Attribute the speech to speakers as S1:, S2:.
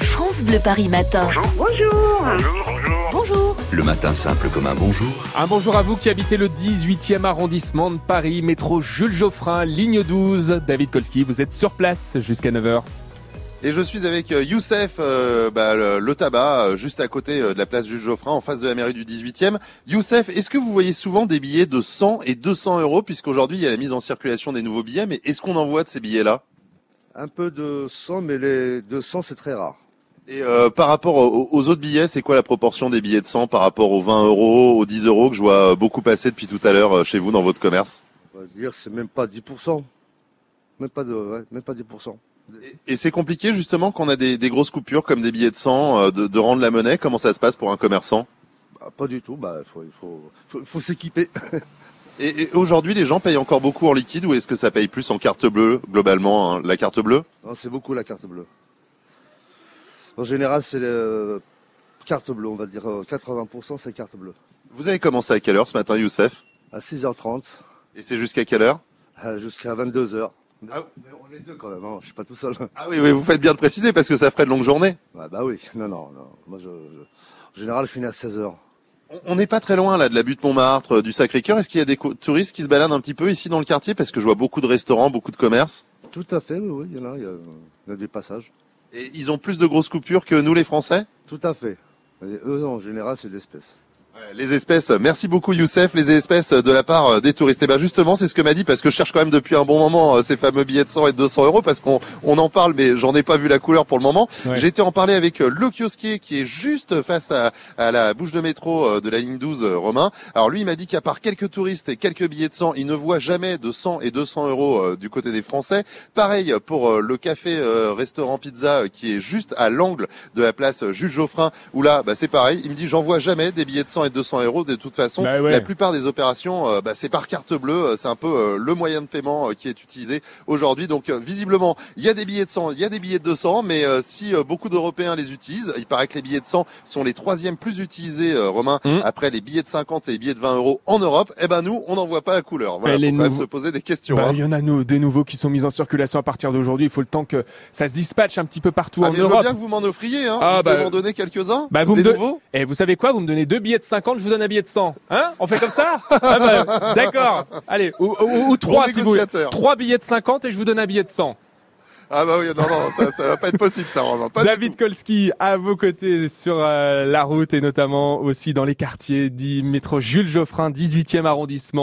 S1: France Bleu Paris Matin.
S2: Bonjour.
S3: Bonjour, bonjour.
S1: Bonjour.
S4: Le matin simple comme un bonjour.
S5: Un bonjour à vous qui habitez le 18e arrondissement de Paris, métro Jules Geoffrin, ligne 12. David Kolski, vous êtes sur place jusqu'à 9h.
S6: Et je suis avec euh, Youssef, euh, bah, le, le tabac, euh, juste à côté euh, de la place Jules Geoffrin, en face de la mairie du 18e. Youssef, est-ce que vous voyez souvent des billets de 100 et 200 euros, puisqu'aujourd'hui il y a la mise en circulation des nouveaux billets, mais est-ce qu'on en voit de ces billets-là
S7: Un peu de sang, mais les 200, c'est très rare.
S6: Et euh, par rapport au- aux autres billets, c'est quoi la proportion des billets de 100 par rapport aux 20 euros, aux 10 euros que je vois euh, beaucoup passer depuis tout à l'heure euh, chez vous dans votre commerce
S7: On va dire, c'est même pas 10%. Même pas, de, ouais, même pas 10%.
S6: Et- Et c'est compliqué justement qu'on a des, des grosses coupures comme des billets de 100, euh, de, de rendre la monnaie. Comment ça se passe pour un commerçant
S7: Bah, pas du tout, bah, faut, il faut, faut, faut s'équiper.
S6: Et, et aujourd'hui, les gens payent encore beaucoup en liquide ou est-ce que ça paye plus en carte bleue globalement hein, La carte bleue
S7: Non, c'est beaucoup la carte bleue. En général, c'est euh, carte bleue, on va dire. euh, 80%, c'est carte bleue.
S6: Vous avez commencé à quelle heure ce matin, Youssef
S7: À 6h30,
S6: Et c'est jusqu'à quelle heure
S7: euh, jusqu'à 22h. Mais,
S6: Ah.
S7: mais on est deux quand même, hein, je suis pas tout seul.
S6: Ah oui, oui, vous faites bien de préciser parce que ça ferait de longues journées.
S7: Ouais, bah oui, non, non, non. Moi, je, je- en général, je finis à 16h.
S6: On- On n'est pas très loin là de la butte Montmartre, euh, du Sacré-Cœur. Est-ce qu'il y a des co- touristes qui se baladent un petit peu ici dans le quartier Parce que je vois beaucoup de restaurants, beaucoup de commerces.
S7: Tout à fait, oui, oui, il y en a, il y a, il y a des passages.
S6: Et ils ont plus de grosses coupures que nous les Français
S7: Tout à fait. Et eux, en général, c'est d'espèces.
S6: Ouais, Les espèces, euh, merci beaucoup Youssef, les espèces euh, de la part euh, des touristes. Et ben justement, c'est ce que m'a dit parce que je cherche quand même depuis un bon moment euh, ces fameux billets de 100 et de 200 euros parce qu'on on en parle mais j'en ai pas vu la couleur pour le moment.
S5: Ouais.
S6: J'ai été en parler avec euh, le kiosquier qui est juste face à, à la bouche de métro euh, de la ligne 12 euh, Romain. Alors lui il m'a dit qu'à part quelques touristes et quelques billets de 100, il ne voit jamais de 100 et 200 euros euh, du côté des Français. Pareil pour euh, le café euh, restaurant pizza euh, qui est juste à l'angle de la place euh, Jules Geoffrin où là bah, c'est pareil. Il me dit j'en vois jamais des billets de 100 et 200 euros de toute façon.
S5: Bah ouais.
S6: La plupart des opérations euh, bah, c'est par carte bleue. euh, C'est un peu euh, le moyen de paiement euh, qui est utilisé aujourd'hui. Donc euh, visiblement, il y a des billets de 100, il y a des billets de 200, mais euh, si euh, beaucoup d'Européens les utilisent, il paraît que les billets de 100 sont les troisièmes plus utilisés, euh, Romain,
S5: Mhm.
S6: après les billets de 50 et les billets de 20 euros en Europe. Eh ben nous, on n'en voit pas la couleur. Voilà,
S5: Elle
S6: faut
S5: est
S6: quand même
S5: nouveau-
S6: se poser des questions.
S5: Bah,
S6: hein.
S5: il y en a nous- des nouveaux qui sont mis en circulation à partir d'aujourd'hui. Il faut le temps que ça se dispatche un petit peu partout
S6: Ah,
S5: en
S6: mais je veux
S5: Europe.
S6: bien que vous m'en offriez. Hein.
S5: Ah,
S6: vous
S5: bah,
S6: pouvez m'en donner quelques-uns.
S5: bah, vous
S6: des
S5: me don-
S6: nouveaux
S5: Et vous savez quoi Vous me donnez deux billets de 50, je vous donne un billet de 100. Hein On fait comme ça Ah bah, D'accord. Allez, ou, ou, ou trois
S6: Bon
S5: si vous voulez.
S6: négociateur.
S5: Trois billets de 50 et je vous donne un billet de 100.
S6: Ah bah oui, non, non, ça, ça va pas être possible, ça, Romain. Pas du
S5: David Kolski à vos côtés sur euh, la route et notamment aussi dans les quartiers dits métro Jules Geoffrin, 18e arrondissement.